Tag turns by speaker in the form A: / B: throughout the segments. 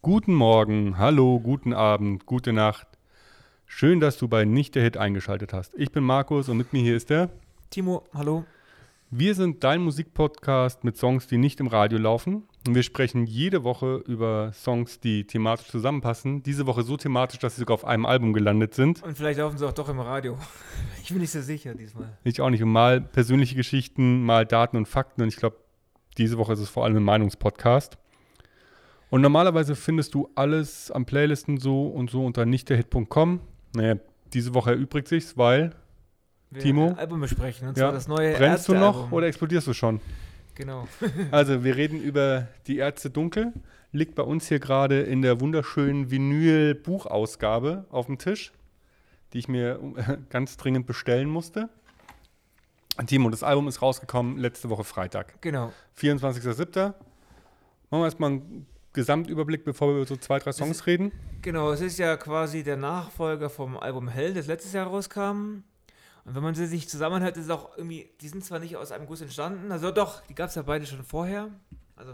A: Guten Morgen, hallo, guten Abend, gute Nacht. Schön, dass du bei Nicht der Hit eingeschaltet hast. Ich bin Markus und mit mir hier ist der.
B: Timo, hallo.
A: Wir sind dein Musikpodcast mit Songs, die nicht im Radio laufen. Und wir sprechen jede Woche über Songs, die thematisch zusammenpassen. Diese Woche so thematisch, dass sie sogar auf einem Album gelandet sind.
B: Und vielleicht laufen sie auch doch im Radio. Ich bin nicht so sicher diesmal.
A: Ich auch nicht. Und mal persönliche Geschichten, mal Daten und Fakten. Und ich glaube, diese Woche ist es vor allem ein Meinungspodcast. Und normalerweise findest du alles am Playlisten so und so unter nichtderhit.com. Naja, diese Woche erübrigt sich's, weil
B: Wir
A: Timo?
B: ein Album besprechen und
A: Ja,
B: zwar das neue
A: brennst du
B: erste
A: noch
B: Album.
A: oder explodierst du schon?
B: Genau.
A: Also, wir reden über die Ärzte Dunkel. Liegt bei uns hier gerade in der wunderschönen Vinyl-Buchausgabe auf dem Tisch, die ich mir äh, ganz dringend bestellen musste. Timo, das Album ist rausgekommen letzte Woche Freitag,
B: Genau.
A: 24.07. Machen wir erstmal einen Gesamtüberblick, bevor wir über so zwei, drei Songs reden.
B: Genau, es ist ja quasi der Nachfolger vom Album Hell, das letztes Jahr rauskam. Und wenn man sie sich zusammenhält, ist es auch irgendwie, die sind zwar nicht aus einem Guss entstanden, also doch, die gab es ja beide schon vorher. Also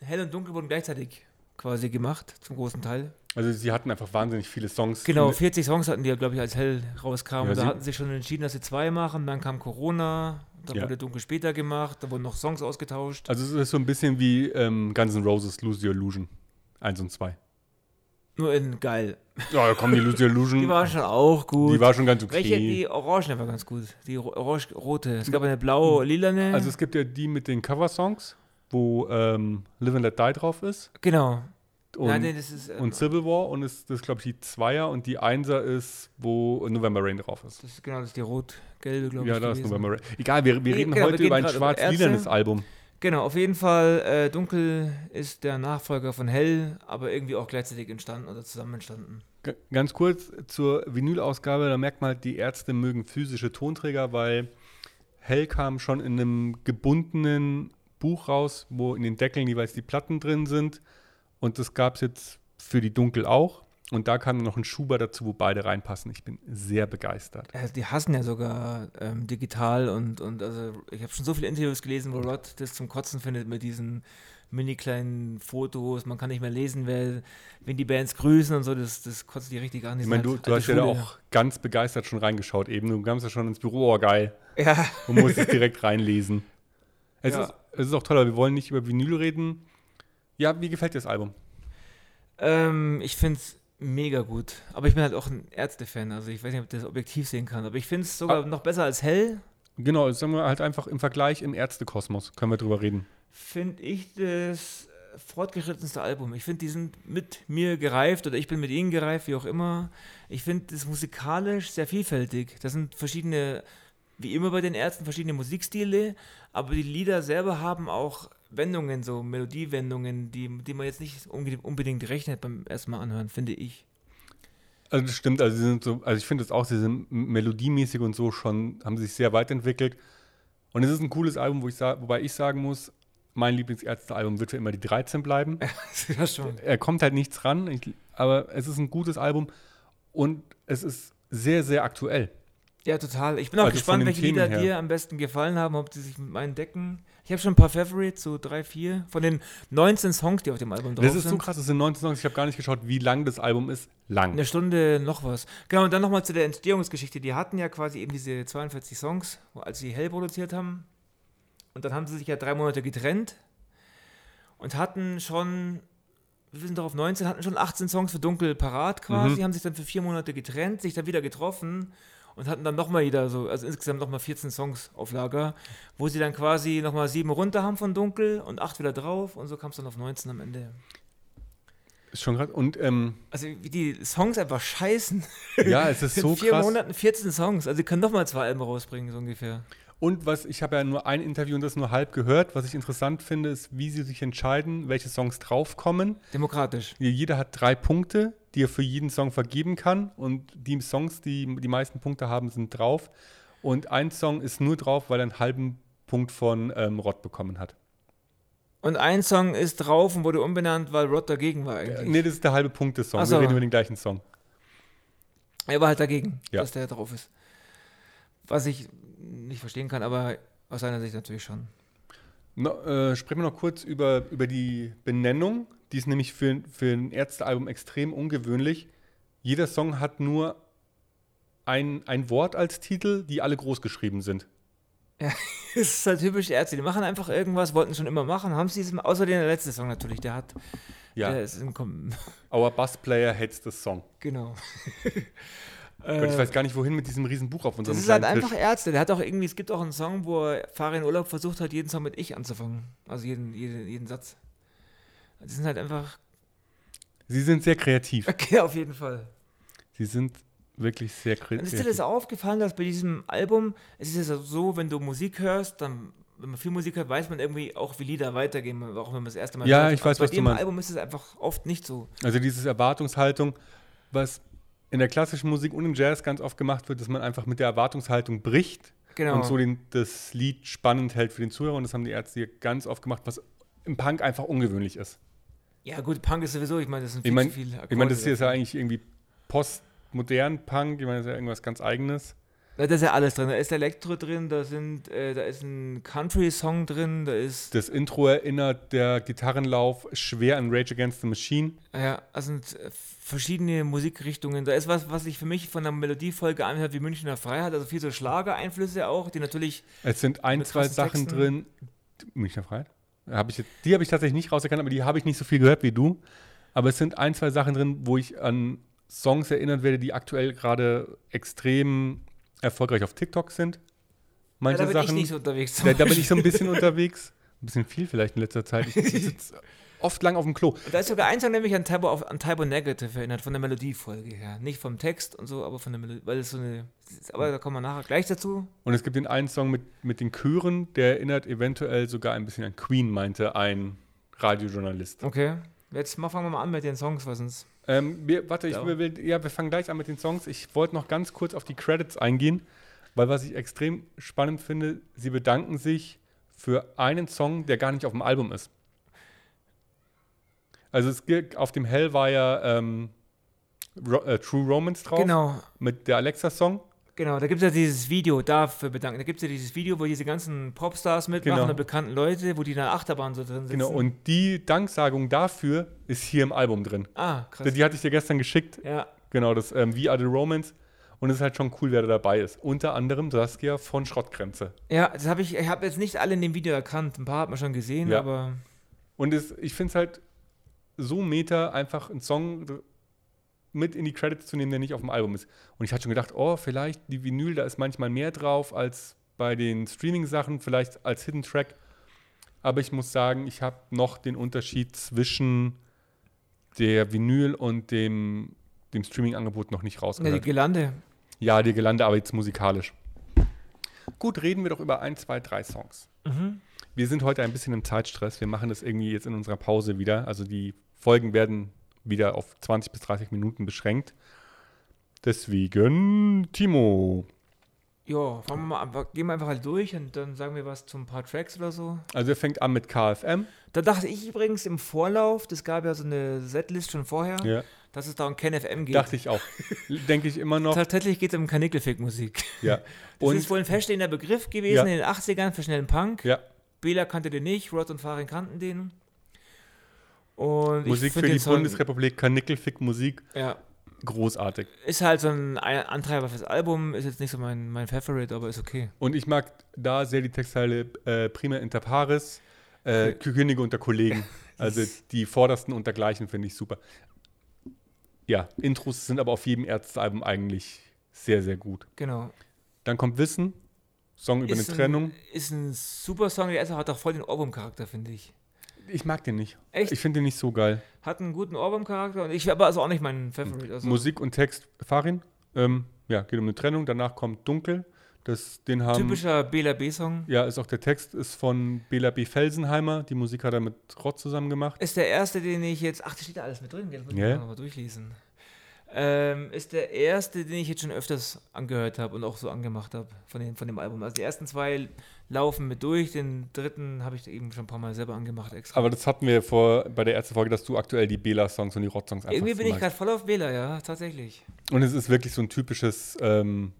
B: Hell und Dunkel wurden gleichzeitig quasi gemacht, zum großen Teil.
A: Also, sie hatten einfach wahnsinnig viele Songs.
B: Genau, 40 Songs hatten die ja, glaube ich, als Hell rauskam.
A: Ja,
B: da
A: sie-
B: hatten sie schon entschieden, dass sie zwei machen. Dann kam Corona, da
A: Ja.
B: wurde Dunkel später gemacht, da wurden noch Songs ausgetauscht.
A: Also, es ist so ein bisschen wie ähm, Guns N' Roses Lose Your Illusion 1 und 2.
B: Nur in geil.
A: Ja, komm, die Lose Your Illusion.
B: Die war schon auch gut.
A: Mhm. Die war schon ganz okay.
B: Welche? Die Orangen war ganz gut. Die ro- orange-rote. Es gab eine blau-lilane.
A: Also es gibt ja die mit den Coversongs, wo ähm, Live and Let Die drauf ist
B: genau.
A: und,
B: Nein, nee, das ist, äh,
A: und Civil War und ist, das ist, glaube ich, die Zweier und die Einser ist, wo November Rain drauf ist.
B: das ist genau das ist die rot-gelbe, glaube
A: Ja,
B: ich.
A: da ist
B: gewesen.
A: November Rain. Egal, wir, wir
B: Nee,
A: reden
B: genau, wir
A: heute
B: gehen
A: über ein
B: gerade über
A: schwarz-lilanes
B: Ärzte.
A: Album.
B: Genau, auf jeden Fall. Äh, Dunkel ist der Nachfolger von Hell, aber irgendwie auch gleichzeitig entstanden oder zusammen entstanden.
A: G ganz kurz zur Vinylausgabe, da merkt man halt, die Ärzte mögen physische Tonträger, weil Hell kam schon in einem gebundenen Buch raus, wo in den Deckeln jeweils die Platten drin sind. Und das gab es jetzt für die Dunkel auch. Und da kam noch ein Schuber dazu, wo beide reinpassen. Ich bin sehr begeistert.
B: Also die hassen ja sogar ähm, digital und, und also ich habe schon so viele Interviews gelesen, wo Rod das zum Kotzen findet mit diesen mini kleinen Fotos, man kann nicht mehr lesen, wer, wen die Bands grüßen und so, das, das kotzt die richtig an. die
A: Ich
B: sind
A: meine, du,
B: halt
A: du
B: alte
A: hast ja da
B: Schule.
A: auch ganz begeistert schon reingeschaut eben. Du kamst ja schon ins Büro, oh geil.
B: Ja,
A: und muss es direkt reinlesen. Es,
B: Ja.
A: ist, es ist auch toll, aber wir wollen nicht über Vinyl reden. Ja, wie gefällt dir das Album?
B: ähm, ich finde es mega gut, aber ich bin halt auch ein Ärzte-Fan, also ich weiß nicht, ob ich das objektiv sehen kann, aber ich finde es sogar
A: Ah.
B: noch besser als Hell,
A: Genau, sagen wir halt einfach im Vergleich im Ärztekosmos können wir drüber reden.
B: finde ich das äh, fortgeschrittenste Album. Ich finde, die sind mit mir gereift oder ich bin mit ihnen gereift, wie auch immer. Ich finde das musikalisch sehr vielfältig. Das sind verschiedene, wie immer bei den Ärzten, verschiedene Musikstile, aber die Lieder selber haben auch Wendungen, so Melodiewendungen, die, die man jetzt nicht unge- unbedingt rechnet beim ersten Mal anhören, finde ich.
A: Also das stimmt, also sie sind so, also ich finde es auch, sie sind m- melodiemäßig und so schon, haben sich sehr weit entwickelt. Und es ist ein cooles Album, wo ich sa- wobei ich sagen muss, mein Lieblingsärztealbum wird für immer die 13 bleiben.
B: ja, schon.
A: Er kommt halt nichts ran, ich, aber es ist ein gutes Album und es ist sehr, sehr aktuell.
B: ja, total. Ich bin auch
A: Also von
B: gespannt,
A: den
B: welche
A: Themen
B: Lieder
A: her.
B: dir am besten gefallen haben, ob die sich mit meinen decken. Ich habe schon ein paar Favorites, so drei, vier, von den 19 Songs, die auf dem Album drauf
A: Das ist
B: sind.
A: so krass, es sind 19 Songs, ich habe gar nicht geschaut, wie lang das Album ist. Lang.
B: Eine Stunde noch was. Genau, und dann nochmal zu der Entstehungsgeschichte. Die hatten ja quasi eben diese 42 Songs, wo- als sie Hell produziert haben. Und dann haben sie sich ja drei Monate getrennt und hatten schon, wir sind doch auf 19, hatten schon 18 Songs für Dunkel parat quasi, haben sich dann für vier Monate getrennt, sich dann wieder getroffen und hatten dann nochmal jeder so, also insgesamt nochmal 14 Songs auf Lager, wo sie dann quasi nochmal sieben runter haben von Dunkel und acht wieder drauf und so kam es dann auf 19 am Ende.
A: Ist schon krass. Und ähm,
B: Also wie die Songs einfach scheißen.
A: ja, es ist
B: In
A: so
B: vier
A: krass.
B: Monaten 14 Songs. Also, sie können doch mal zwei Alben rausbringen, so ungefähr.
A: Und was, ich habe ja nur ein Interview und das nur halb gehört. Was ich interessant finde, ist, wie sie sich entscheiden, welche Songs draufkommen.
B: Demokratisch.
A: Jeder hat drei Punkte, die er für jeden Song vergeben kann. Und die Songs, die die meisten Punkte haben, sind drauf. Und ein Song ist nur drauf, weil er einen halben Punkt von ähm, Rod bekommen hat.
B: Und ein Song ist drauf und wurde umbenannt, weil Rod dagegen war eigentlich.
A: Nee, das ist der halbe Punkt des Songs.
B: Ach so.
A: Wir reden über den gleichen Song.
B: Er war halt dagegen,
A: Ja.
B: dass der drauf ist. Was ich nicht verstehen kann, aber aus seiner Sicht natürlich schon.
A: No, äh, sprechen wir noch kurz über, über die Benennung. Die ist nämlich für, für ein Ärztealbum extrem ungewöhnlich. Jeder Song hat nur ein, ein Wort als Titel, die alle groß geschrieben sind.
B: Das ist halt typisch die Ärzte. Die machen einfach irgendwas, wollten schon immer machen, haben sie diesem, außer der letzte Song natürlich, der hat.
A: Ja,
B: Der ist im Kom
A: Our Bass Player hates the song.
B: genau.
A: Gott, ich weiß gar nicht, wohin mit diesem riesen Buch auf unserem
B: Äh. Das ist halt
A: kleinen
B: einfach Ärzte. Der hat auch irgendwie, es gibt auch einen Song, wo er Farin Urlaub versucht hat, jeden Song mit Ich anzufangen. Also jeden, jeden, jeden Satz. Die sind halt einfach.
A: Tisch. Sie sind sehr kreativ.
B: Okay, auf jeden Fall.
A: Sie sind wirklich sehr
B: Und
A: kreativ.
B: ist dir das auch aufgefallen, dass bei diesem Album, es ist ja so, wenn du Musik hörst, dann, wenn man viel Musik hört, weiß man irgendwie auch, wie Lieder weitergehen, auch wenn man das erste Mal
A: Ja,
B: hört.
A: ich weiß,
B: bei
A: was du
B: dem
A: meinst.
B: Album ist es einfach oft nicht so.
A: Also diese Erwartungshaltung, was in der klassischen Musik und im Jazz ganz oft gemacht wird, dass man einfach mit der Erwartungshaltung bricht
B: Genau.
A: und so den, das Lied spannend hält für den Zuhörer. Und das haben die Ärzte hier ganz oft gemacht, was im Punk einfach ungewöhnlich ist.
B: ja, gut, Punk ist sowieso, ich meine, das sind viel
A: Ich meine,
B: zu viele Akkorde.
A: ich mein, das hier ist ja eigentlich irgendwie postmodern Punk. Ich meine, das ist ja irgendwas ganz Eigenes.
B: Da da ist ja alles drin. Da ist Elektro drin, da, sind, äh, da ist ein Country-Song drin, da ist.
A: Das Intro erinnert der Gitarrenlauf schwer an Rage Against the Machine.
B: Ja, also sind äh, verschiedene Musikrichtungen. Da ist was, was sich für mich von der Melodiefolge anhört wie Münchner Freiheit. Also viel so Schlagereinflüsse auch, die natürlich.
A: Es sind ein,
B: Mit
A: zwei
B: krassen
A: Sachen
B: Texten.
A: drin. Münchner Freiheit? Hab ich, jetzt- die habe ich tatsächlich nicht rauserkannt, aber die habe ich nicht so viel gehört wie du. Aber es sind ein, zwei Sachen drin, wo ich an Songs erinnert werde, die aktuell gerade extrem erfolgreich auf TikTok sind.
B: Ja,
A: Manche
B: da bin ich
A: Sachen.
B: nicht so unterwegs.
A: da, da bin ich so ein bisschen unterwegs. Ein bisschen viel vielleicht in letzter Zeit. Ich sitze oft lang auf dem Klo.
B: Und da ist sogar ein Song, der mich an Tybo, auf, an Tybo Negative erinnert, von der Melodiefolge her. Nicht vom Text und so, aber von der Melodie. Weil es so eine. Aber da kommen wir nachher gleich dazu.
A: Und es gibt den einen Song mit, mit den Chören, der erinnert eventuell sogar ein bisschen an Queen, meinte ein Radiojournalist.
B: Okay. Jetzt mal, fangen wir mal an mit den Songs, was uns.
A: Ähm, wir, warte, ich
B: Ja.
A: will, will- ja, wir fangen gleich an mit den Songs. Ich wollte noch ganz kurz auf die Credits eingehen, weil was ich extrem spannend finde, sie bedanken sich für einen Song, der gar nicht auf dem Album ist. Also es gibt, auf dem Hell war ja ähm, Ro äh, True Romance drauf
B: Genau.
A: mit der Alexa-Song.
B: Genau, da gibt es ja dieses Video, dafür bedanken. Da gibt es ja dieses Video, wo diese ganzen Popstars mitmachen
A: Genau.
B: und bekannten Leute, wo die in der Achterbahn so drin sitzen.
A: Genau, und die Danksagung dafür ist hier im Album drin.
B: ah, krass.
A: Die hatte ich dir gestern geschickt.
B: ja,
A: Genau, das ähm, We Are the Romance. Und es ist halt schon cool, wer da dabei ist. Unter anderem Saskia von Schrottgrenze.
B: ja, das habe ich, ich habe jetzt nicht alle in dem Video erkannt. Ein paar hat man schon gesehen,
A: Ja.
B: aber
A: Und es, ich finde es halt so meta, einfach einen Song dr- mit in die Credits zu nehmen, der nicht auf dem Album ist. Und ich hatte schon gedacht, oh, vielleicht die Vinyl, da ist manchmal mehr drauf als bei den Streaming-Sachen, vielleicht als Hidden Track. Aber ich muss sagen, ich habe noch den Unterschied zwischen der Vinyl und dem, dem Streaming-Angebot noch nicht
B: ja, die
A: rausgehört.
B: Gelande.
A: Ja, die Gelande, aber jetzt musikalisch. Gut, reden wir doch über ein, zwei, drei Songs.
B: Mhm.
A: Wir sind heute ein bisschen im Zeitstress. Wir machen das irgendwie jetzt in unserer Pause wieder. Also die Folgen werden wieder auf 20 bis 30 Minuten beschränkt. Deswegen, Timo.
B: Ja, fangen wir mal an. Gehen wir einfach halt durch und dann sagen wir was zu ein paar Tracks oder so.
A: Also er fängt an mit KFM.
B: Da dachte ich übrigens im Vorlauf, das gab ja so eine Setlist schon vorher,
A: Ja.
B: dass es da um KenFM geht.
A: Dachte ich auch. Denke ich immer noch.
B: Tatsächlich geht es um Kanickelfick-Musik.
A: Ja.
B: Das ist
A: Und
B: wohl ein feststehender Begriff gewesen
A: Ja.
B: in den 80ern für schnellen Punk.
A: ja,
B: Bela kannte den nicht, Rod und Farin kannten den. Und ich
A: Musik
B: find
A: für
B: den
A: die
B: Song-
A: Bundesrepublik kann Nickelfick Musik
B: Ja,
A: großartig.
B: ist halt so ein Ei- Antreiber fürs Album, ist jetzt nicht so mein, mein Favorite, aber ist okay.
A: Und ich mag da sehr die Textteile äh, Prima Inter Pares, äh, Könige unter Kollegen. Also die vordersten unter Gleichen finde ich super. Ja, Intros sind aber auf jedem Ärztealbum eigentlich sehr, sehr gut.
B: Genau.
A: Dann kommt Wissen, Song über
B: ist
A: eine Trennung.
B: Ein, ist ein super Song, der erste hat auch voll den Ohrwurm-Charakter, finde ich.
A: Ich mag den nicht.
B: Echt?
A: Ich finde den nicht so geil.
B: Hat einen guten Ohrwurm-Charakter und ich aber also auch nicht mein Favorite. Also,
A: Musik und Text, Farin. Ähm, ja, geht um eine Trennung. Danach kommt Dunkel. Das, den haben,
B: typischer Bela B-Song.
A: Ja, ist auch der Text, ist von Bela B. Felsenheimer. Die Musik hat er mit Rott zusammen gemacht.
B: Ist der erste, den ich jetzt. Ach, da steht ja alles mit drin, gell? Das muss
A: Ja.
B: ich nochmal durchlesen. Ähm, ist der erste, den ich jetzt schon öfters angehört habe und auch so angemacht habe von dem, von dem Album. Also die ersten zwei laufen mit durch, den dritten habe ich eben schon ein paar Mal selber angemacht extra.
A: Aber das hatten wir vor bei der ersten Folge, dass du aktuell die Bela-Songs und die Rott-Songs einfach
B: Irgendwie bin ich
A: magst.
B: gerade voll auf Wähler, ja, tatsächlich.
A: Und es ist wirklich so ein typisches, ähm,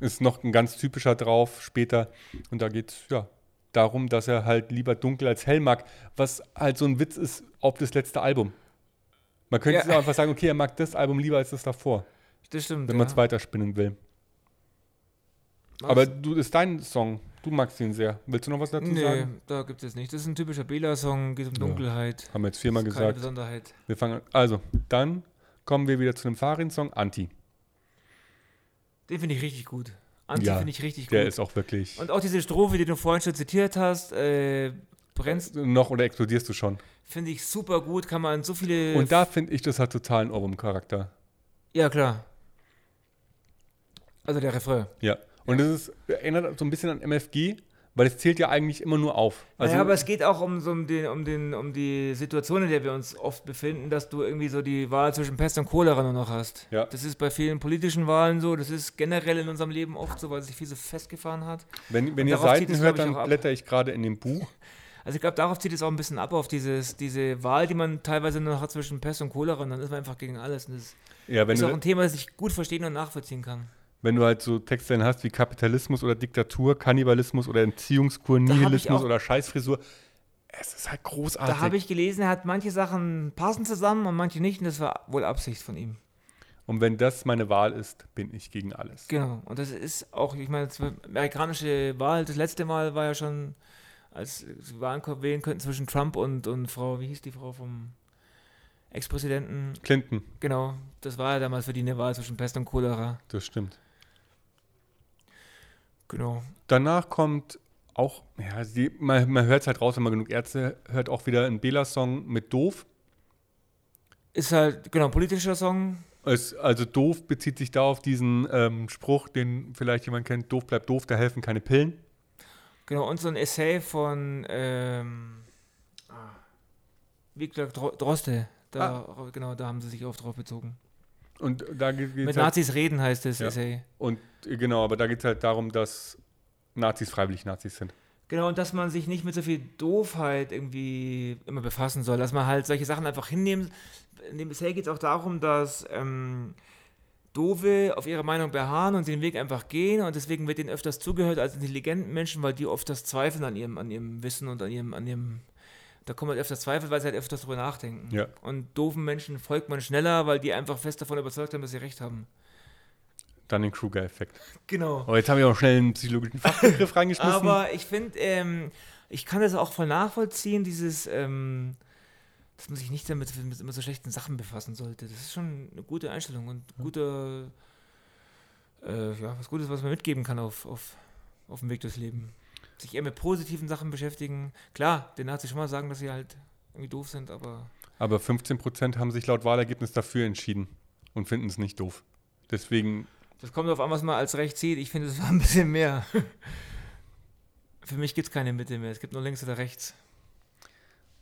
A: ist noch ein ganz typischer drauf später. Und da geht's, ja, darum, dass er halt lieber dunkel als hell mag, was halt so ein Witz ist ob das letzte Album. Man könnte
B: Ja.
A: jetzt auch einfach sagen, okay, er mag das Album lieber als das davor,
B: Das stimmt.
A: wenn
B: ja.
A: man es weiterspinnen will.
B: Magst-
A: Aber du ist dein Song. Du magst ihn sehr. Willst du noch was dazu
B: Nee,
A: sagen?
B: da gibt es nicht. Das ist ein typischer Bela-Song, geht um
A: Ja.
B: Dunkelheit.
A: Haben wir jetzt viermal
B: Ist Keine
A: gesagt.
B: Besonderheit.
A: Wir fangen an. Also, dann kommen wir wieder zu einem Farin-Song, Anti.
B: Den finde ich richtig gut. Anti
A: Ja,
B: finde ich richtig
A: Der
B: gut.
A: ist auch wirklich.
B: Und auch diese Strophe, die du vorhin schon zitiert hast, äh, brennst,
A: noch oder explodierst du schon.
B: finde ich super gut. Kann man so viele.
A: Und da finde ich, das hat totalen Ohrwurm-Charakter.
B: ja, klar. Also der Refrain.
A: Ja. Und das ist, erinnert so ein bisschen an MFG, weil es zählt ja eigentlich immer nur auf. Also,
B: naja, aber es geht auch um, so um, den, um, den, um die Situation, in der wir uns oft befinden, dass du irgendwie so die Wahl zwischen Pest und Cholera nur noch hast.
A: Ja.
B: Das ist bei vielen politischen Wahlen so, das ist generell in unserem Leben oft so, weil sich viel so festgefahren hat.
A: wenn, wenn
B: und
A: ihr
B: darauf zieht
A: Seiten
B: es,
A: hört,
B: glaub ich,
A: dann
B: auch ab.
A: blätter ich gerade in dem Buch.
B: Also ich glaube, darauf zieht es auch ein bisschen ab, auf dieses, diese Wahl, die man teilweise nur noch hat zwischen Pest und Cholera und dann ist man einfach gegen alles. Und das
A: Ja, wenn
B: ist auch
A: du,
B: ein Thema, das ich gut verstehen und nachvollziehen kann.
A: wenn du halt so Texte hast wie Kapitalismus oder Diktatur, Kannibalismus oder Entziehungskur,
B: ich
A: Nihilismus
B: auch-
A: oder Scheißfrisur. Es ist halt
B: Da habe
A: großartig.
B: ich gelesen, er hat manche Sachen passen zusammen und manche nicht und das war wohl Absicht von ihm.
A: Und wenn das meine Wahl ist, bin ich gegen alles.
B: Genau, und das ist auch, ich meine, die amerikanische Wahl, das letzte Mal war ja schon, als sie Wahlen ko- wählen könnten zwischen Trump und, und Frau, wie hieß die Frau vom Ex-Präsidenten?
A: Clinton,
B: Genau, das war ja damals für die eine Wahl zwischen Pest und Cholera.
A: das stimmt.
B: Genau.
A: Danach kommt auch, ja, sie, man, man hört es halt raus, wenn man genug Ärzte hört, auch wieder ein Bela-Song mit Doof.
B: Ist halt, genau, ein politischer Song.
A: Es, also doof bezieht sich da auf diesen ähm, Spruch, den vielleicht jemand kennt, doof bleibt doof, da helfen keine Pillen.
B: Genau, und so ein Essay von ähm, ah, Viktor Dro- Droste. Da, Genau, da haben sie sich oft drauf bezogen.
A: Und da geht
B: Mit
A: geht's halt,
B: Nazis reden heißt das
A: Ja.
B: Essay.
A: und äh, genau, aber da geht es halt darum, dass Nazis freiwillig Nazis sind.
B: Genau, und dass man sich nicht mit so viel Doofheit irgendwie immer befassen soll, dass man halt solche Sachen einfach hinnehmen. In dem Essay geht es auch darum, dass ähm, Doofe auf ihre Meinung beharren und den Weg einfach gehen und deswegen wird ihnen öfters zugehört als intelligenten Menschen, weil die oft das zweifeln an ihrem, an ihrem Wissen und an ihrem, an ihrem. Da kommen halt öfters Zweifel, weil sie halt öfters drüber nachdenken.
A: Ja.
B: Und doofen Menschen folgt man schneller, weil die einfach fest davon überzeugt haben, dass sie recht haben.
A: Dann den Kruger-Effekt.
B: Genau.
A: Aber jetzt habe ich auch schnell einen psychologischen Fachbegriff reingeschmissen.
B: Aber ich finde, ähm, ich kann das auch voll nachvollziehen, dieses, ähm, dass man sich nicht damit mit immer so schlechten Sachen befassen sollte. Das ist schon eine gute Einstellung und guter, äh, ja, was Gutes, was man mitgeben kann auf, auf, auf dem Weg durchs Leben. Sich eher mit positiven Sachen beschäftigen. Klar, den Nazis schon mal sagen, dass sie halt irgendwie doof sind, aber
A: aber 15% haben sich laut Wahlergebnis dafür entschieden und finden es nicht doof. Deswegen,
B: das kommt auf an, was man als recht sieht. Ich finde, es war ein bisschen mehr. Für mich gibt es keine Mitte mehr. Es gibt nur links oder rechts.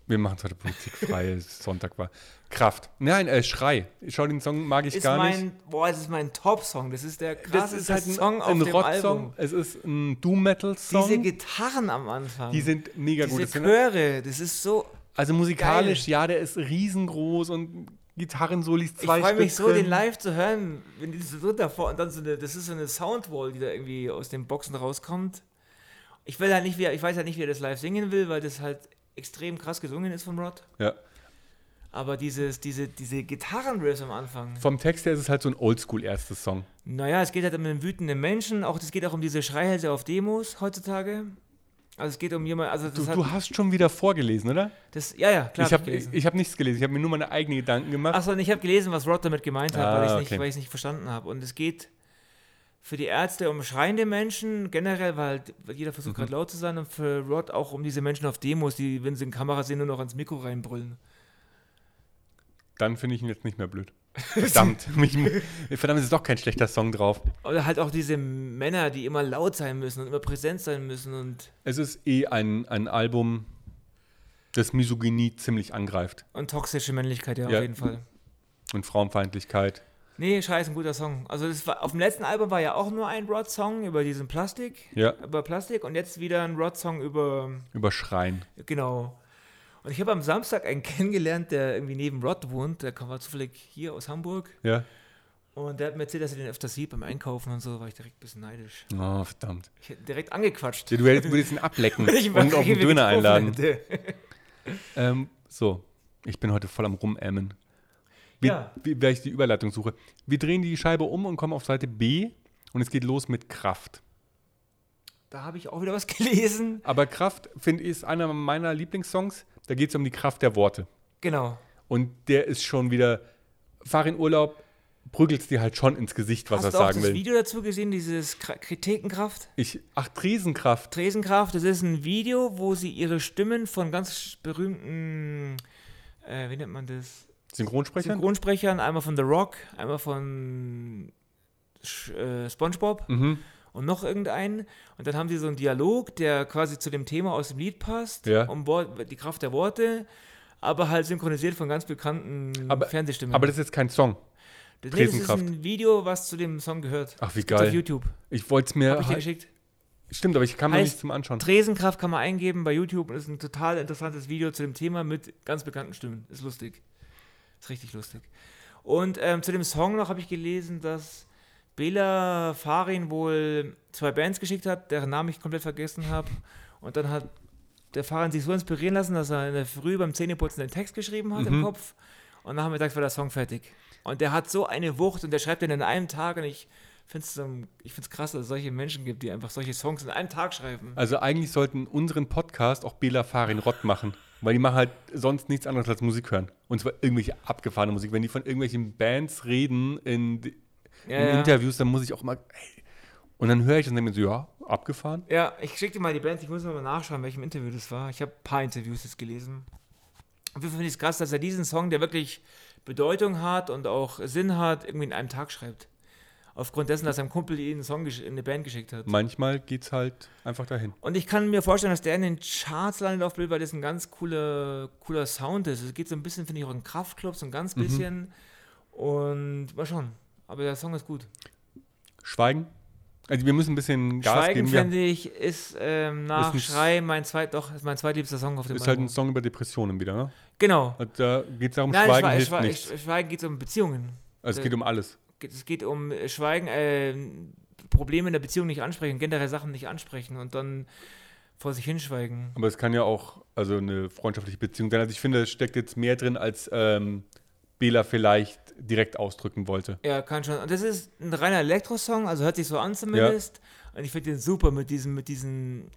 A: wir machen es heute politikfrei, es ist Sonntag war. Kraft. Nein, äh, Schrei. Ich schaue den Song, mag ich
B: ist
A: gar nicht. halt
B: mein, boah, das ist mein Top-Song. Das ist der krasseste Song auf dem Album.
A: Es ist ein Doom-Metal-Song.
B: Diese
A: Die,
B: Gitarren am Anfang,
A: sind mega gut.
B: diese
A: Das sind,
B: Chöre, das ist so.
A: also musikalisch, ja, der ist riesengroß und Gitarrensolis
B: Ich
A: zwei
B: freue mich
A: Stück
B: so,
A: drin.
B: den live zu hören, wenn die so dritt davor und dann so eine, das ist so eine Soundwall, die da irgendwie aus den Boxen rauskommt. Ich will halt nicht, wie, er- ich weiß halt nicht, wie er das live singen will, weil das halt extrem krass gesungen ist von Rod.
A: Ja.
B: Aber dieses, diese, diese Gitarrenriffs am Anfang.
A: Vom Text her ist es halt so ein Oldschool-Erstes-Song.
B: Naja, es geht halt um den wütenden Menschen, auch es geht auch um diese Schreihälse auf Demos heutzutage. Also es geht um jemanden, also das
A: Du,
B: hat,
A: du hast schon wieder vorgelesen, oder?
B: Das, ja, ja, klar.
A: ich habe
B: gelesen.
A: ich hab nichts gelesen. Ich habe mir nur meine eigenen Gedanken gemacht.
B: Achso, und ich habe gelesen, was Rod damit gemeint hat,
A: Ah,
B: weil ich es
A: okay.
B: nicht, weil ich's nicht verstanden habe. Und es geht für die Ärzte um schreiende Menschen generell, weil, halt- weil jeder
A: Mhm.
B: versucht gerade laut zu sein und für Rod auch um diese Menschen auf Demos, die, wenn sie in Kamera sehen, nur noch ans Mikro reinbrüllen.
A: Dann finde ich ihn jetzt nicht mehr blöd. Verdammt. mich, verdammt, es ist doch kein schlechter Song drauf.
B: Oder halt auch diese Männer, die immer laut sein müssen und immer präsent sein müssen und,
A: Es ist eh ein, ein Album, das Misogynie ziemlich angreift.
B: und toxische Männlichkeit, ja,
A: Ja.
B: auf jeden Fall.
A: Und Frauenfeindlichkeit.
B: Nee, scheiße, ein guter Song. Also das war, auf dem letzten Album war ja auch nur ein Rod-Song über diesen Plastik,
A: Ja,
B: über Plastik und jetzt wieder ein Rod-Song über
A: über Schreien.
B: Genau. Und ich habe am halt Samstag einen kennengelernt, der irgendwie neben Rod wohnt. Der kam- war zufällig hier aus Hamburg.
A: Ja.
B: Und der hat mir erzählt, dass er den öfter sieht beim Einkaufen und so, war ich direkt ein bisschen neidisch.
A: Oh, verdammt.
B: Ich hätte ihn direkt angequatscht.
A: Du hättest- würdest ihn ablecken
B: Wenn ich mal
A: und auf
B: kriege,
A: den
B: wie
A: Döner
B: getroffen
A: einladen.
B: hätte.
A: Ähm, so, ich bin heute voll am Rumämmen. Wie,
B: Ja.
A: wie, weil ich die Überleitung suche. Wir drehen die Scheibe um und kommen auf Seite B und es geht los mit Kraft.
B: Da habe ich auch wieder was gelesen.
A: Aber Kraft, finde ich, ist einer meiner Lieblingssongs. Da geht es um die Kraft der Worte.
B: Genau.
A: Und der ist schon wieder, fahr in Urlaub, prügelst dir halt schon ins Gesicht, was
B: Hast
A: er
B: du auch
A: sagen
B: das
A: will.
B: Video dazu gesehen, dieses Kra- Kritikenkraft?
A: Ich, ach, Tresenkraft.
B: Tresenkraft, das ist ein Video, wo sie ihre Stimmen von ganz berühmten, äh, wie nennt man das?
A: Synchronsprecher?
B: Synchronsprechern, einmal von The Rock, einmal von Sch äh, SpongeBob
A: mhm.
B: und noch irgendeinen. Und dann haben sie so einen Dialog, der quasi zu dem Thema aus dem Lied passt,
A: Ja.
B: um Wort, die Kraft der Worte, aber halt synchronisiert von ganz bekannten
A: Aber-
B: Fernsehstimmen.
A: Aber das ist jetzt kein Song.
B: das, nee, das ist
A: Tresenkraft.
B: ein Video, was zu dem Song gehört.
A: Ach, wie
B: Gibt's Auf
A: geil.
B: YouTube.
A: Ich wollte es
B: Hab
A: mir.
B: ich dir geschickt.
A: Stimmt, aber ich kam noch nicht
B: Heißt-
A: zum Anschauen.
B: Tresenkraft kann man eingeben bei YouTube und ist ein total interessantes Video zu dem Thema mit ganz bekannten Stimmen. Ist lustig. Ist richtig lustig. Und ähm, zu dem Song noch habe ich gelesen, dass Bela Farin wohl zwei Bands geschickt hat, deren Namen ich komplett vergessen habe. Und dann hat der Farin sich so inspirieren lassen, dass er in der Früh beim Zähneputzen den Text geschrieben hat im Kopf. Und nachmittags war der Song fertig. Und der hat so eine Wucht und der schreibt den in einem Tag. Und ich finde es ich find's krass, dass es solche Menschen gibt, die einfach solche Songs in einem Tag schreiben.
A: Also eigentlich sollten unseren Podcast auch Bela Farin Rott machen, weil die machen halt sonst nichts anderes als Musik hören. Und zwar irgendwelche abgefahrene Musik. Wenn die von irgendwelchen Bands reden in, in
B: Ja, ja.
A: Interviews, dann muss ich auch mal. Ey. Und dann höre ich das und denke mir so, ja, abgefahren.
B: Ja, ich schicke dir mal die Band. Ich muss noch mal nachschauen, welchem Interview das war. Ich habe ein paar Interviews jetzt gelesen. Auf jeden Fall finde ich es krass, dass er diesen Song, der wirklich Bedeutung hat und auch Sinn hat, irgendwie in einem Tag schreibt. Aufgrund dessen, dass sein Kumpel ihm einen Song gesch- in eine Band geschickt hat.
A: Manchmal geht's halt einfach dahin.
B: Und ich kann mir vorstellen, dass der in den Charts landet auf Bild, weil das ein ganz cooler, cooler Sound ist. Es geht so ein bisschen, finde ich, auch in Kraftclubs, so ein
A: Mhm.
B: ganz bisschen. Und mal schauen. Aber der Song ist gut.
A: Schweigen. Also wir müssen ein bisschen Gas
B: Schweigen,
A: geben. Ja.
B: finde ich, ist ähm, nach
A: ein-
B: Schrei mein, zweit, doch, ist mein zweitliebster Song auf dem
A: Ist halt ein
B: Album.
A: Song über Depressionen wieder, ne?
B: Genau.
A: Also Da geht's darum,
B: Nein,
A: Schweigen
B: Schweigen,
A: hilft
B: Schweigen,
A: nichts.
B: Schweigen geht um Beziehungen.
A: also es geht um alles.
B: Geht- Es geht um äh, Schweigen, äh, Probleme in der Beziehung nicht ansprechen, generell Sachen nicht ansprechen und dann vor sich hinschweigen.
A: Aber es kann ja auch also eine freundschaftliche Beziehung sein. Also ich finde, es steckt jetzt mehr drin, als ähm, Bela vielleicht direkt ausdrücken wollte.
B: Ja, kann schon. Und das ist ein reiner Elektrosong, also hört sich so an zumindest. Und ich finde den super mit diesen, mit diesen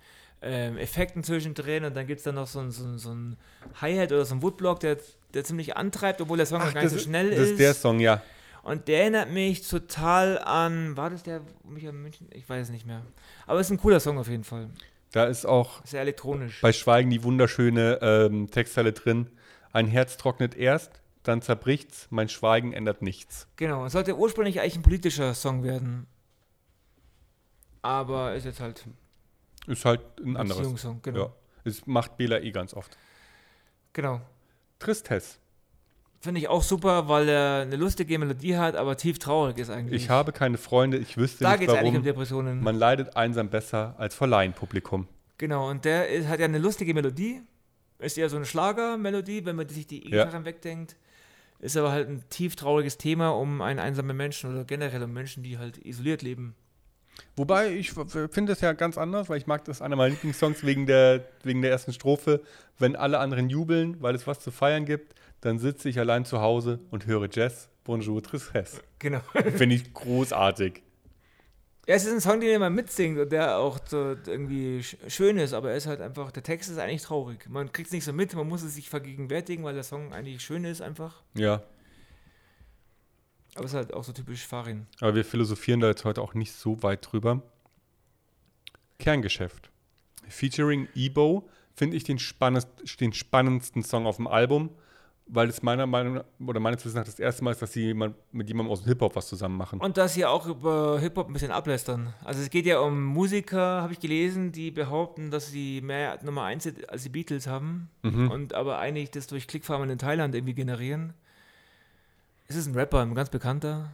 B: ähm, Effekten zwischendrin. Und dann gibt es dann noch so ein, so ein, so ein Hi-Hat oder so ein Woodblock, der, der ziemlich antreibt, obwohl der Song noch gar nicht so schnell
A: das
B: ist.
A: ist der Song, ja.
B: Und der erinnert mich total an. War das der Michael München? Ich weiß es nicht mehr. Aber es ist ein cooler Song auf jeden Fall.
A: Da ist auch
B: Sehr elektronisch.
A: bei Schweigen die wunderschöne ähm, Textzeile drin. Ein Herz trocknet erst, dann zerbricht's, mein Schweigen ändert nichts.
B: Genau, es sollte ursprünglich eigentlich ein politischer Song werden. Aber ist jetzt halt
A: Ist halt ein
B: ein
A: anderes.
B: Beziehungssong, genau.
A: Ja. Es macht Bela eh ganz oft.
B: Genau.
A: Tristesse.
B: Finde ich auch super, weil er eine lustige Melodie hat, aber tief traurig ist eigentlich.
A: Ich habe keine Freunde, ich wüsste
B: da
A: nicht
B: geht es eigentlich um
A: warum.
B: Depressionen.
A: Man leidet einsam besser als vor Laienpublikum.
B: Genau, und der ist, hat ja eine lustige Melodie. Ist eher so eine Schlagermelodie, wenn man sich die
A: Ja.
B: E-Gitarren wegdenkt. Ist aber halt ein tief trauriges Thema um einen einsamen Menschen oder generell um Menschen, die halt isoliert leben.
A: Wobei, ich f- f- finde es ja ganz anders, weil ich mag das einer meiner Lieblingssongs wegen der, wegen der ersten Strophe. Wenn alle anderen jubeln, weil es was zu feiern gibt, dann sitze ich allein zu Hause und höre Jazz, Bonjour, Tristesse.
B: Genau.
A: Finde ich großartig.
B: Ja, es ist ein Song, den er mal mitsingt und der auch so irgendwie sch- schön ist, aber er ist halt einfach, der Text ist eigentlich traurig. Man kriegt es nicht so mit, man muss es sich vergegenwärtigen, weil der Song eigentlich schön ist einfach.
A: Ja,
B: Aber es ist halt auch so typisch Farin.
A: aber wir philosophieren da jetzt heute auch nicht so weit drüber. Kerngeschäft. Featuring Ebo finde ich den, spannend, den spannendsten Song auf dem Album, weil es meiner Meinung nach, oder meines Wissens nach das erste Mal ist, dass sie jemand, mit jemandem aus dem Hip-Hop was zusammen machen.
B: Und dass sie auch über Hip-Hop ein bisschen ablästern. Also es geht ja um Musiker, habe ich gelesen, die behaupten, dass sie mehr Nummer 1 sind als die Beatles haben
A: Mhm.
B: und aber eigentlich das durch Klickfarmen in Thailand irgendwie generieren. Es ist ein Rapper, ein ganz bekannter,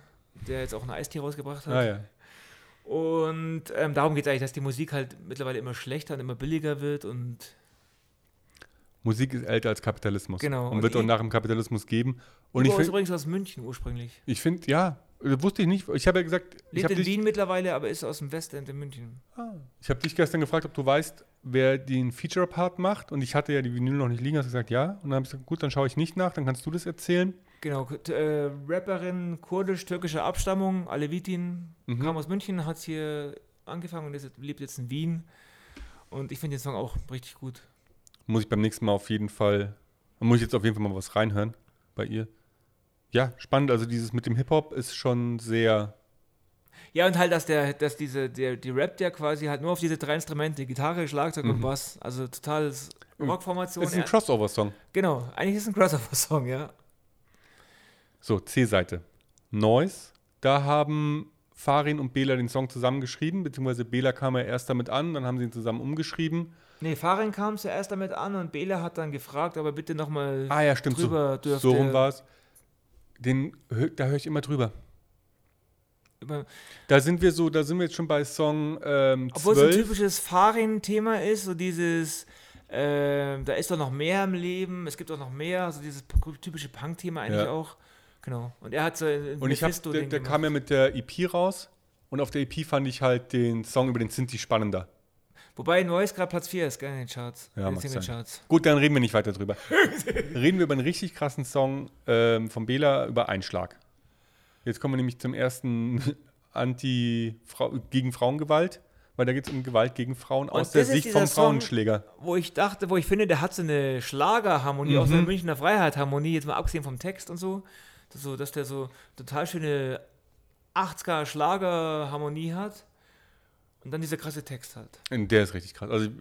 B: der jetzt auch einen Eistee rausgebracht hat.
A: Ah, ja.
B: Und ähm, darum geht es eigentlich, dass die Musik halt mittlerweile immer schlechter und immer billiger wird und
A: Musik ist älter als Kapitalismus.
B: Genau.
A: Und,
B: Und
A: wird auch
B: eh-
A: nach dem Kapitalismus geben. Und ich
B: Ibo ist
A: finde,
B: übrigens aus München ursprünglich.
A: ich find, ja, äh, wusste ich nicht. Ich habe ja gesagt, ich
B: Lebt
A: habe
B: in
A: dich,
B: Wien mittlerweile, aber ist aus dem Westend in München.
A: Ah. Ich hab dich gestern gefragt, ob du weißt, wer den Feature-Part macht. Und ich hatte ja die Vinyl noch nicht liegen, hast gesagt, ja. Und dann habe ich gesagt, gut, dann schaue ich nicht nach, dann kannst du das erzählen.
B: Genau, k- äh, Rapperin kurdisch-türkischer Abstammung, Alevitin,
A: Mhm.
B: kam aus München, hat hier angefangen und ist, jetzt- lebt jetzt in Wien. Und ich finde den Song auch richtig gut.
A: Muss ich beim nächsten Mal auf jeden Fall, muss ich jetzt auf jeden Fall mal was reinhören bei ihr. Ja, spannend. Also dieses mit dem Hip-Hop ist schon sehr,
B: Ja, und halt, dass der, dass diese, der, die rappt ja quasi halt nur auf diese drei Instrumente, Gitarre, Schlagzeug und
A: Mhm.
B: Bass. Also total Rockformation.
A: ist ein
B: Er-
A: Crossover-Song.
B: genau, eigentlich ist es ein Crossover-Song, ja.
A: So, C-Seite. Noise. Da haben Farin und Bela den Song zusammengeschrieben, beziehungsweise Bela kam ja erst damit an, dann haben sie ihn zusammen umgeschrieben.
B: Nee, Farin kam zuerst damit an und Bela hat dann gefragt, aber bitte nochmal.
A: Ah ja, stimmt.
B: drüber
A: so,
B: dürfte-
A: so rum war es. Den, hö- da höre ich immer drüber.
B: über-
A: Da sind wir so, da sind wir jetzt schon bei Song ähm,
B: Obwohl es ein
A: 12.
B: typisches Farin-Thema ist, so dieses, ähm, da ist doch noch mehr im Leben, es gibt doch noch mehr, so dieses typische Punk-Thema eigentlich
A: Ja.
B: auch. Genau. Und er hat so ein
A: und ich hab, der,
B: Mephisto-Ding
A: der
B: gemacht.
A: kam ja mit der EP raus und auf der EP fand ich halt den Song über den Sinti spannender.
B: Wobei Noise gerade Platz 4 ist, gell, in den Charts.
A: Ja,
B: in den
A: mag sein.
B: Single-Charts.
A: Gut, dann reden wir nicht weiter drüber. reden wir über einen richtig krassen Song ähm, von Bela über Einschlag. Jetzt kommen wir nämlich zum ersten Anti -Frau gegen Frauengewalt, weil da geht es um Gewalt gegen Frauen aus der
B: das ist
A: Sicht vom
B: dieser Song-
A: Frauenschläger.
B: Wo ich dachte, wo ich finde, der hat so eine Schlagerharmonie, auch so
A: Mhm.
B: eine Münchner Freiheit-Harmonie, jetzt mal abgesehen vom Text und so. Das so dass der so total schöne 80er-Schlager-Harmonie hat und dann dieser krasse Text halt. hat.
A: Und Der ist richtig krass. Also ich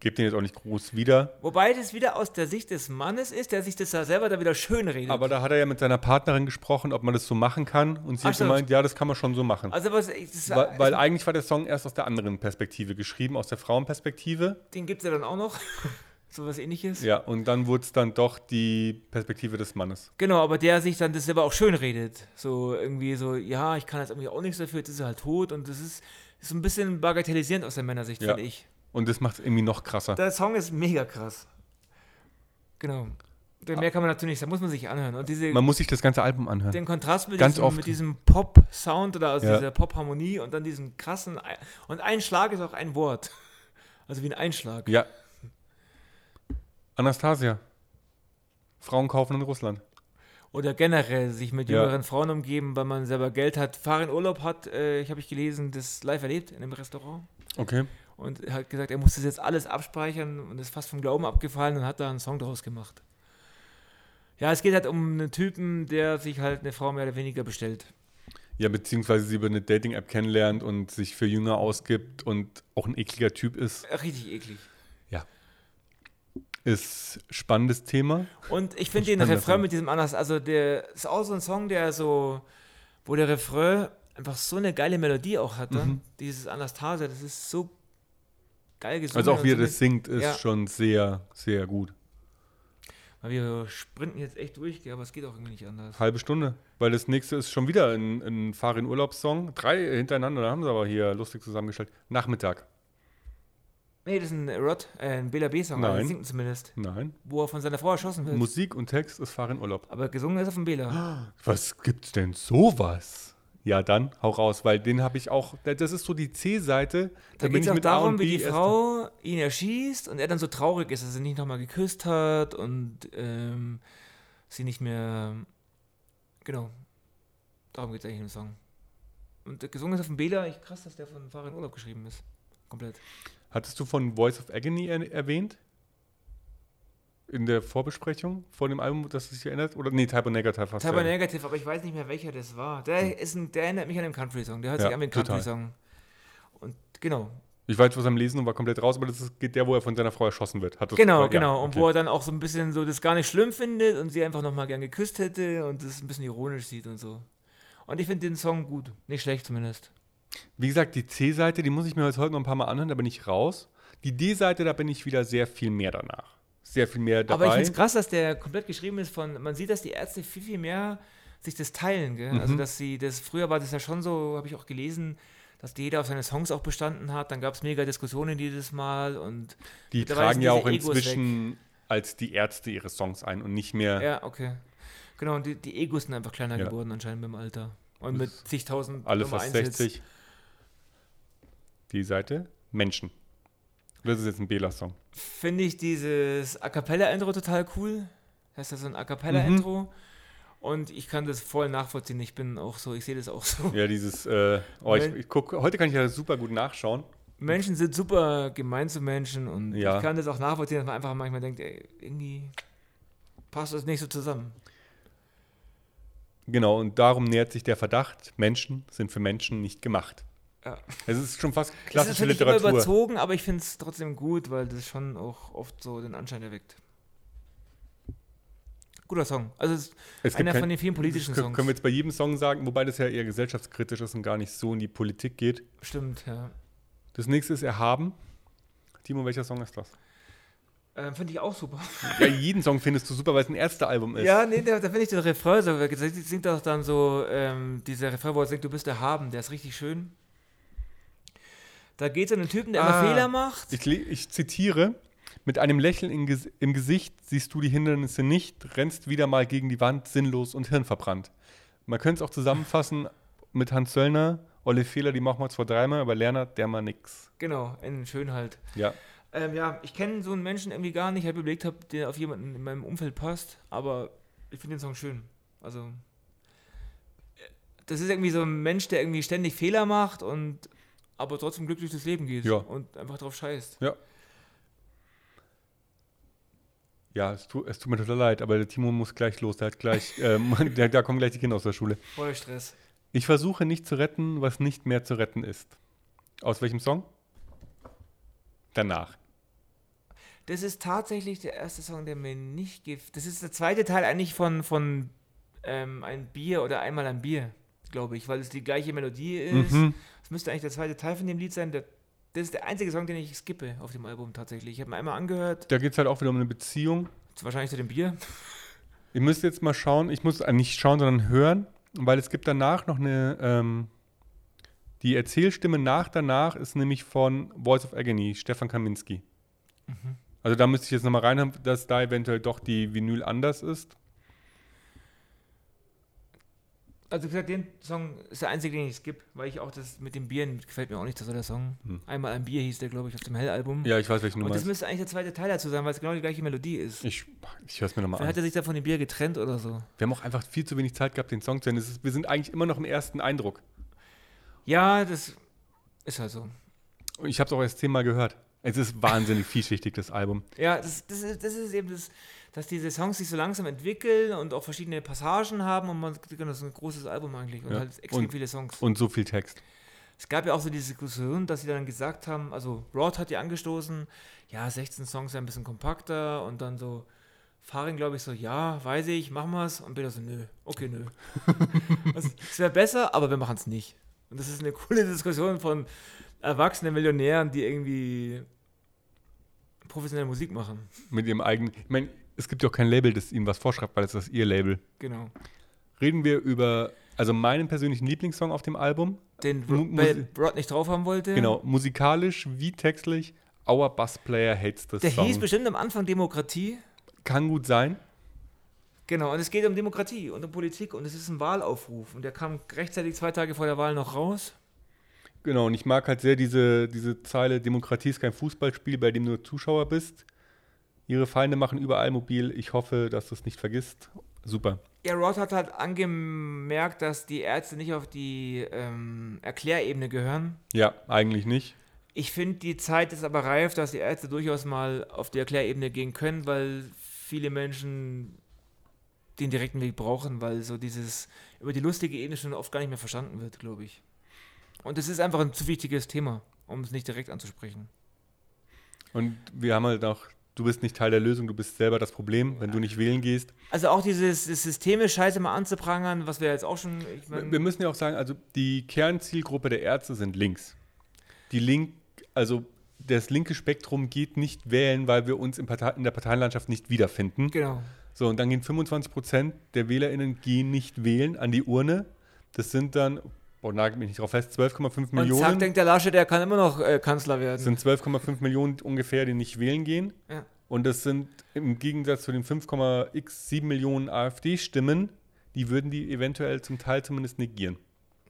A: gebe den jetzt auch nicht groß wieder.
B: Wobei das wieder aus der Sicht des Mannes ist, der sich das da selber da wieder schön redet.
A: Aber da hat er ja mit seiner Partnerin gesprochen, ob man das so machen kann. Und sie
B: Ach,
A: hat
B: stimmt.
A: gemeint, ja, das kann man schon so machen.
B: also, was, ich- das,
A: weil weil eigentlich war der Song erst aus der anderen Perspektive geschrieben, aus der Frauenperspektive.
B: den gibt es ja dann auch noch. Sowas ähnliches.
A: Ja, und dann wurde es dann doch die Perspektive des Mannes.
B: Genau, aber der sich dann das selber auch schön redet. So irgendwie so, ja, ich kann jetzt irgendwie auch nichts dafür, jetzt ist er halt tot und das ist, ist so ein bisschen bagatellisierend aus der Männersicht,
A: Ja.
B: finde ich.
A: Und das macht es irgendwie noch krasser.
B: Der Song ist mega krass. Genau. Mehr kann man natürlich nicht, da muss man sich anhören. Und diese,
A: Ah. Man muss sich das ganze Album anhören.
B: den Kontrast mit
A: Ganz
B: diesem,
A: oft.
B: mit diesem Pop-Sound oder also
A: Ja.
B: dieser Pop-Harmonie und dann diesem krassen. Ei- Und ein Schlag ist auch ein Wort. Also wie ein Einschlag.
A: Ja. Anastasia. Frauen kaufen in Russland.
B: Oder generell sich mit
A: Ja.
B: jüngeren Frauen umgeben, weil man selber Geld hat. Fahren Urlaub hat, äh, ich habe ich gelesen, das live erlebt in einem Restaurant.
A: Okay.
B: Und er hat gesagt, er muss das jetzt alles abspeichern und ist fast vom Glauben abgefallen und hat da einen Song daraus gemacht. Ja, es geht halt um einen Typen, der sich halt eine Frau mehr oder weniger bestellt.
A: Ja, beziehungsweise sie über eine Dating-App kennenlernt und sich für Jünger ausgibt und auch ein ekliger Typ ist.
B: Richtig eklig.
A: Ist spannendes Thema.
B: Und ich finde den
A: Spannender
B: Refrain
A: Song.
B: mit diesem anders, also der ist auch so ein Song, der so, wo der Refrain einfach so eine geile Melodie auch hat.
A: Mhm.
B: Ne? Dieses Anastasia, das ist so geil gesungen.
A: Also auch wie er
B: und so
A: das singt, ist
B: Ja.
A: schon sehr, sehr gut.
B: mit- Weil Wir sprinten jetzt echt durch, gell, aber es geht auch irgendwie nicht anders.
A: Halbe Stunde. Weil das nächste ist schon wieder ein, ein Farin-Urlaubssong. Drei hintereinander, da haben sie aber hier lustig zusammengestellt. Nachmittag.
B: Nee, das ist ein Rod, äh, ein Bela B-Song, aber
A: Nein.
B: den singt er zumindest,
A: Nein.
B: wo er von seiner Frau erschossen wird.
A: Musik und Text ist Farin-Urlaub.
B: Aber gesungen ist er von
A: Ah.
B: Bela.
A: Was gibt's denn sowas? Ja, dann hau raus, weil den habe ich auch. Das ist so die C-Seite.
B: Da geht es
A: ich
B: auch
A: A
B: darum,
A: und
B: wie
A: B
B: die
A: erst-
B: Frau ihn erschießt und er dann so traurig ist, dass er nicht nochmal geküsst hat und ähm, sie nicht mehr. Genau. Darum geht es eigentlich im Song. Und gesungen ist er von Bela. Ich, krass, dass der von Farin Urlaub geschrieben ist. Komplett.
A: Hattest du von Voice of Agony er erwähnt? In der Vorbesprechung vor dem Album, dass es sich erinnert? Oder nee, Type und Negative hast du
B: Teilweise
A: ja.
B: negativ, aber ich weiß nicht mehr, welcher das war. Der, ist ein, der erinnert mich an einen Country-Song. Der hört
A: Hm. Ja,
B: sich an wie ein
A: total.
B: Country-Song. Und genau.
A: Ich war jetzt was am Lesen und war komplett raus, aber das ist, geht der, wo er von seiner Frau erschossen wird. Hattest du-
B: Genau,
A: ja,
B: genau. Und
A: okay.
B: wo er dann auch so ein bisschen so das gar nicht schlimm findet und sie einfach nochmal gern geküsst hätte und das ein bisschen ironisch sieht und so. Und ich finde den Song gut. Nicht schlecht zumindest.
A: Wie gesagt, die C-Seite, die muss ich mir jetzt heute noch ein paar Mal anhören, da bin ich raus. Die D-Seite, da bin ich wieder sehr viel mehr danach. Sehr viel mehr
B: Aber ich
A: dabei.
B: finde es krass, dass der komplett geschrieben ist von, man sieht, dass die Ärzte viel, viel mehr sich das teilen, gell?
A: Mhm.
B: Also, dass sie, das früher war das ja schon so, habe ich auch gelesen, dass jeder auf seine Songs auch bestanden hat. Dann gab es mega Diskussionen jedes Mal und
A: die
B: mittlerweile
A: tragen
B: sind
A: ja
B: diese
A: auch
B: Egos weg.
A: inzwischen als die Ärzte ihre Songs ein und nicht mehr.
B: ja, okay. Genau, und die, die Egos sind einfach kleiner
A: Ja.
B: geworden anscheinend beim Alter. Und mit zigtausend um
A: Alle
B: Nummer
A: fast
B: Eins Hits.
A: 60. Die Seite Menschen. Das ist jetzt ein Bela-Song.
B: finde ich dieses A Cappella-Intro total cool. Das ist ja so ein A Cappella-Intro.
A: Mhm.
B: Und ich kann das voll nachvollziehen. Ich bin auch so, ich sehe das auch so.
A: Ja, dieses, äh, oh, ich,
B: Wenn-
A: ich guck, heute kann ich ja super gut nachschauen.
B: Menschen sind super gemein zu Menschen und
A: Ja.
B: ich kann das auch nachvollziehen, dass man einfach manchmal denkt, ey, irgendwie passt das nicht so zusammen.
A: Genau, und darum nähert sich der Verdacht, Menschen sind für Menschen nicht gemacht.
B: Ja.
A: Es ist schon fast
B: Das ist
A: klassische
B: natürlich immer
A: Literatur.
B: überzogen, aber ich finde es trotzdem gut, weil das schon auch oft so den Anschein erweckt. Guter Song. Also es ist
A: Es gibt
B: einer
A: kein-
B: von den vielen politischen
A: Kö-
B: Songs.
A: Können wir jetzt bei jedem Song sagen, wobei das ja eher gesellschaftskritisch ist und gar nicht so in die Politik geht.
B: Stimmt, ja.
A: Das nächste ist Erhaben. Timo, welcher Song ist das?
B: Ähm, finde ich auch super.
A: Ja, jeden Song findest du super, weil es ein erster Album ist.
B: Ja, nee, da, da finde ich den Refrain so. weg. Sie singt doch dann so, ähm, dieser Refrain, wo er singt, du bist erhaben, der ist richtig schön. Da geht es um einen Typen, der
A: Ah.
B: immer Fehler macht.
A: Ich, le- ich zitiere: Mit einem Lächeln im, Ges im Gesicht siehst du die Hindernisse nicht, rennst wieder mal gegen die Wand, sinnlos und hirnverbrannt. Man könnte es auch zusammenfassen mit Hans Söllner: Olle Fehler, die machen wir zwar dreimal, aber Lerner, der mal nix.
B: Genau, in Schönheit.
A: Ja.
B: Ähm, ja, ich kenne so einen Menschen irgendwie gar nicht, ich habe überlegt, hab, der auf jemanden in meinem Umfeld passt, aber ich finde den Song schön. Also, äh, das ist irgendwie so ein Mensch, der irgendwie ständig Fehler macht und aber trotzdem glücklich durchs Leben geht
A: Ja.
B: und einfach drauf scheißt.
A: Ja, es, tu, es tut mir total leid, aber der Timo muss gleich los. Der hat gleich, ähm, der, da kommen gleich die Kinder aus der Schule.
B: Voll Stress.
A: Ich versuche nicht zu retten, was nicht mehr zu retten ist. Aus welchem Song? Danach.
B: Das ist tatsächlich der erste Song, der mir nicht gibt. Das ist der zweite Teil eigentlich von, von ähm, ein Bier oder einmal ein Bier, glaube ich, weil es die gleiche Melodie ist.
A: Mhm.
B: Das müsste eigentlich der zweite Teil von dem Lied sein. Der, das ist der einzige Song, den ich skippe auf dem Album tatsächlich. Ich habe ihn einmal angehört,
A: Da geht es halt auch wieder um eine Beziehung.
B: wahrscheinlich zu dem Bier.
A: Ihr müsst jetzt mal schauen, ich muss äh, nicht schauen, sondern hören, weil es gibt danach noch eine, ähm, die Erzählstimme nach danach ist nämlich von Voice of Agony, Stefan Kaminski.
B: Mhm.
A: Also da müsste ich jetzt nochmal reinhaben, dass da eventuell doch die Vinyl anders ist.
B: Also wie gesagt, den Song ist der einzige, den ich skippe, weil ich auch das mit dem Bier gefällt mir auch nicht, das war der Song.
A: Hm.
B: Einmal ein Bier hieß der, glaube ich, auf dem Hell-Album.
A: Ja, ich weiß, welche
B: Und
A: Nummer
B: das
A: ist.
B: müsste eigentlich der zweite Teil dazu sein, weil es genau die gleiche Melodie ist.
A: Ich, ich höre es mir nochmal
B: Vielleicht
A: an.
B: hat er sich da von dem Bier getrennt oder so.
A: Wir haben auch einfach viel zu wenig Zeit gehabt, den Song zu hören. Es ist- Wir sind eigentlich immer noch im ersten Eindruck.
B: Ja, das ist halt so.
A: Und Ich habe es auch erst zehnmal gehört. Es ist wahnsinnig vielschichtig, das Album.
B: Ja, das, das, ist, das ist eben das, dass diese Songs sich so langsam entwickeln und auch verschiedene Passagen haben und man das ist ein großes Album eigentlich und
A: Ja,
B: halt extrem
A: und-
B: viele Songs.
A: Und so viel Text.
B: Es gab ja auch so diese Diskussion, dass sie dann gesagt haben, also Rod hat ja angestoßen, ja, 16 Songs wären ein bisschen kompakter und dann so Farin, glaube ich, so, ja, weiß ich, machen wir's und Peter so, nö, okay, nö. also, es wäre besser, aber wir machen's nicht. Und das ist eine coole Diskussion von erwachsenen Millionären, die irgendwie professionelle Musik machen.
A: Mit ihrem eigenen. Ich meine, es gibt ja auch kein Label, das ihnen was vorschreibt, weil das ist ihr Label.
B: Genau.
A: Reden wir über, also meinen persönlichen Lieblingssong auf dem Album.
B: Den
A: Mu-
B: Ro- weil
A: Musi-
B: Rod nicht drauf haben wollte.
A: Genau, musikalisch wie textlich. Our Bass Player hates this
B: Der
A: song.
B: hieß bestimmt am Anfang Demokratie.
A: Kann gut sein.
B: Genau, und es geht um Demokratie und um Politik und es ist ein Wahlaufruf. Und der kam rechtzeitig zwei Tage vor der Wahl noch raus.
A: Genau, und ich mag halt sehr diese, diese Zeile, Demokratie ist kein Fußballspiel, bei dem du Zuschauer bist. Ihre Feinde machen überall mobil. Ich hoffe, dass du es nicht vergisst. Super.
B: Ja, Rod hat halt angemerkt, dass die Ärzte nicht auf die ähm, Erklärebene gehören.
A: Ja, eigentlich nicht.
B: Ich finde, die Zeit ist aber reif, dass die Ärzte durchaus mal auf die Erklärebene gehen können, weil viele Menschen den direkten Weg brauchen, weil so dieses über die lustige Ebene schon oft gar nicht mehr verstanden wird, glaube ich. Und es ist einfach ein zu wichtiges Thema, um es nicht direkt anzusprechen.
A: Und wir haben halt auch, du bist nicht Teil der Lösung, du bist selber das Problem, wenn du nicht wählen gehst.
B: Also auch dieses das Systeme scheiße mal anzuprangern, was wir jetzt auch schon. Ich mein,
A: Wir müssen ja auch sagen, also die Kernzielgruppe der Ärzte sind links. Die Link, also das linke Spektrum geht nicht wählen, weil wir uns in, Partei, in der Parteienlandschaft nicht wiederfinden.
B: genau.
A: So, und dann gehen 25 Prozent der WählerInnen gehen nicht wählen an die Urne. Das sind dann, boah, nagelt mich nicht drauf fest, 12,5
B: Und zack,
A: Millionen.
B: denkt der Lasche, der kann immer noch äh, Kanzler werden.
A: sind 12,5 Millionen ungefähr, die nicht wählen gehen.
B: ja.
A: Und das sind im Gegensatz zu den 5,x 7 Millionen AfD-Stimmen, die würden die eventuell zum Teil zumindest negieren.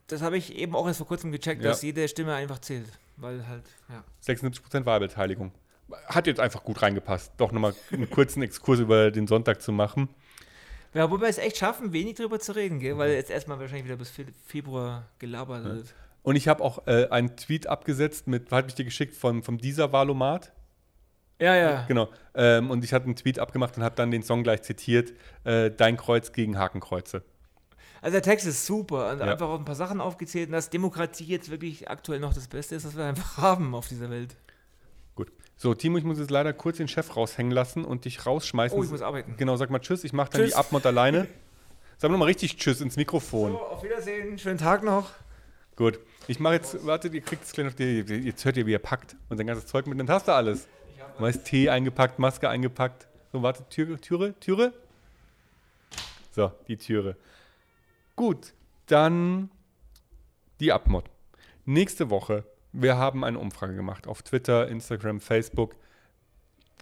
B: Das habe ich eben auch erst vor kurzem gecheckt,
A: Ja.
B: dass jede Stimme einfach zählt. Weil halt, ja.
A: 76% Wahlbeteiligung. Hat jetzt einfach gut reingepasst, doch nochmal einen kurzen Exkurs über den Sonntag zu machen.
B: ja. Wobei wir es echt schaffen, wenig drüber zu reden, gell?
A: Mhm.
B: Weil jetzt erstmal wahrscheinlich wieder bis Fe- Februar gelabert wird.
A: Und ich habe auch äh, einen Tweet abgesetzt mit, hat mich dir geschickt von, vom dieser Valomat.
B: Ja, ja.
A: Genau. Ähm, und ich hatte einen Tweet abgemacht und habe dann den Song gleich zitiert: äh, Dein Kreuz gegen Hakenkreuze.
B: Also der Text ist super und
A: Ja.
B: einfach auch ein paar Sachen aufgezählt, und dass Demokratie jetzt wirklich aktuell noch das Beste ist, was wir einfach haben auf dieser Welt.
A: Gut. So, Timo, ich muss jetzt leider kurz den Chef raushängen lassen und dich rausschmeißen.
B: Oh, ich muss arbeiten.
A: genau, sag mal Tschüss, ich mache dann
B: Tschüss.
A: die Abmod alleine. Sag noch mal richtig Tschüss ins Mikrofon.
B: So, auf Wiedersehen, schönen Tag noch.
A: Gut. Ich mache jetzt, wartet, ihr kriegt es gleich noch, die- die- jetzt hört ihr, wie er packt und sein ganzes Zeug mit, dann hast du alles. Meist Tee eingepackt, Maske eingepackt. So, wartet, Türe, Türe, Türe. So, die Türe. Gut, dann die Abmod. Nächste Woche, wir haben eine Umfrage gemacht auf Twitter, Instagram, Facebook.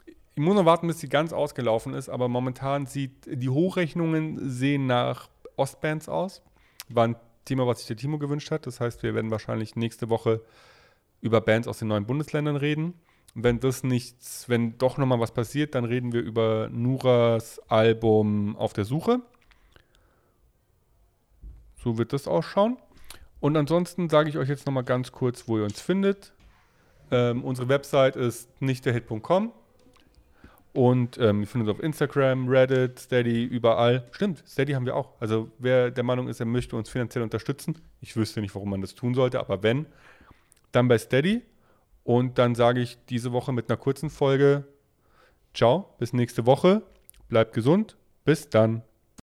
A: Ich muss noch warten, bis sie ganz ausgelaufen ist, aber momentan sieht die Hochrechnungen sehen nach Ostbands aus. War ein Thema, was sich der Timo gewünscht hat. Das heißt, wir werden wahrscheinlich nächste Woche über Bands aus den neuen Bundesländern reden. Wenn das nichts, wenn doch nochmal was passiert, dann reden wir über Nuras Album Auf der Suche. So wird das ausschauen. Und ansonsten sage ich euch jetzt nochmal ganz kurz, wo ihr uns findet. Ähm, unsere Website ist nichtderhit.com und ähm, ihr findet uns auf Instagram, Reddit, Steady, überall. Stimmt, Steady haben wir auch. Also wer der Meinung ist, er möchte uns finanziell unterstützen, ich wüsste nicht, warum man das tun sollte, aber wenn, dann bei Steady. Und dann sage ich diese Woche mit einer kurzen Folge, ciao, bis nächste Woche, bleibt gesund, bis dann.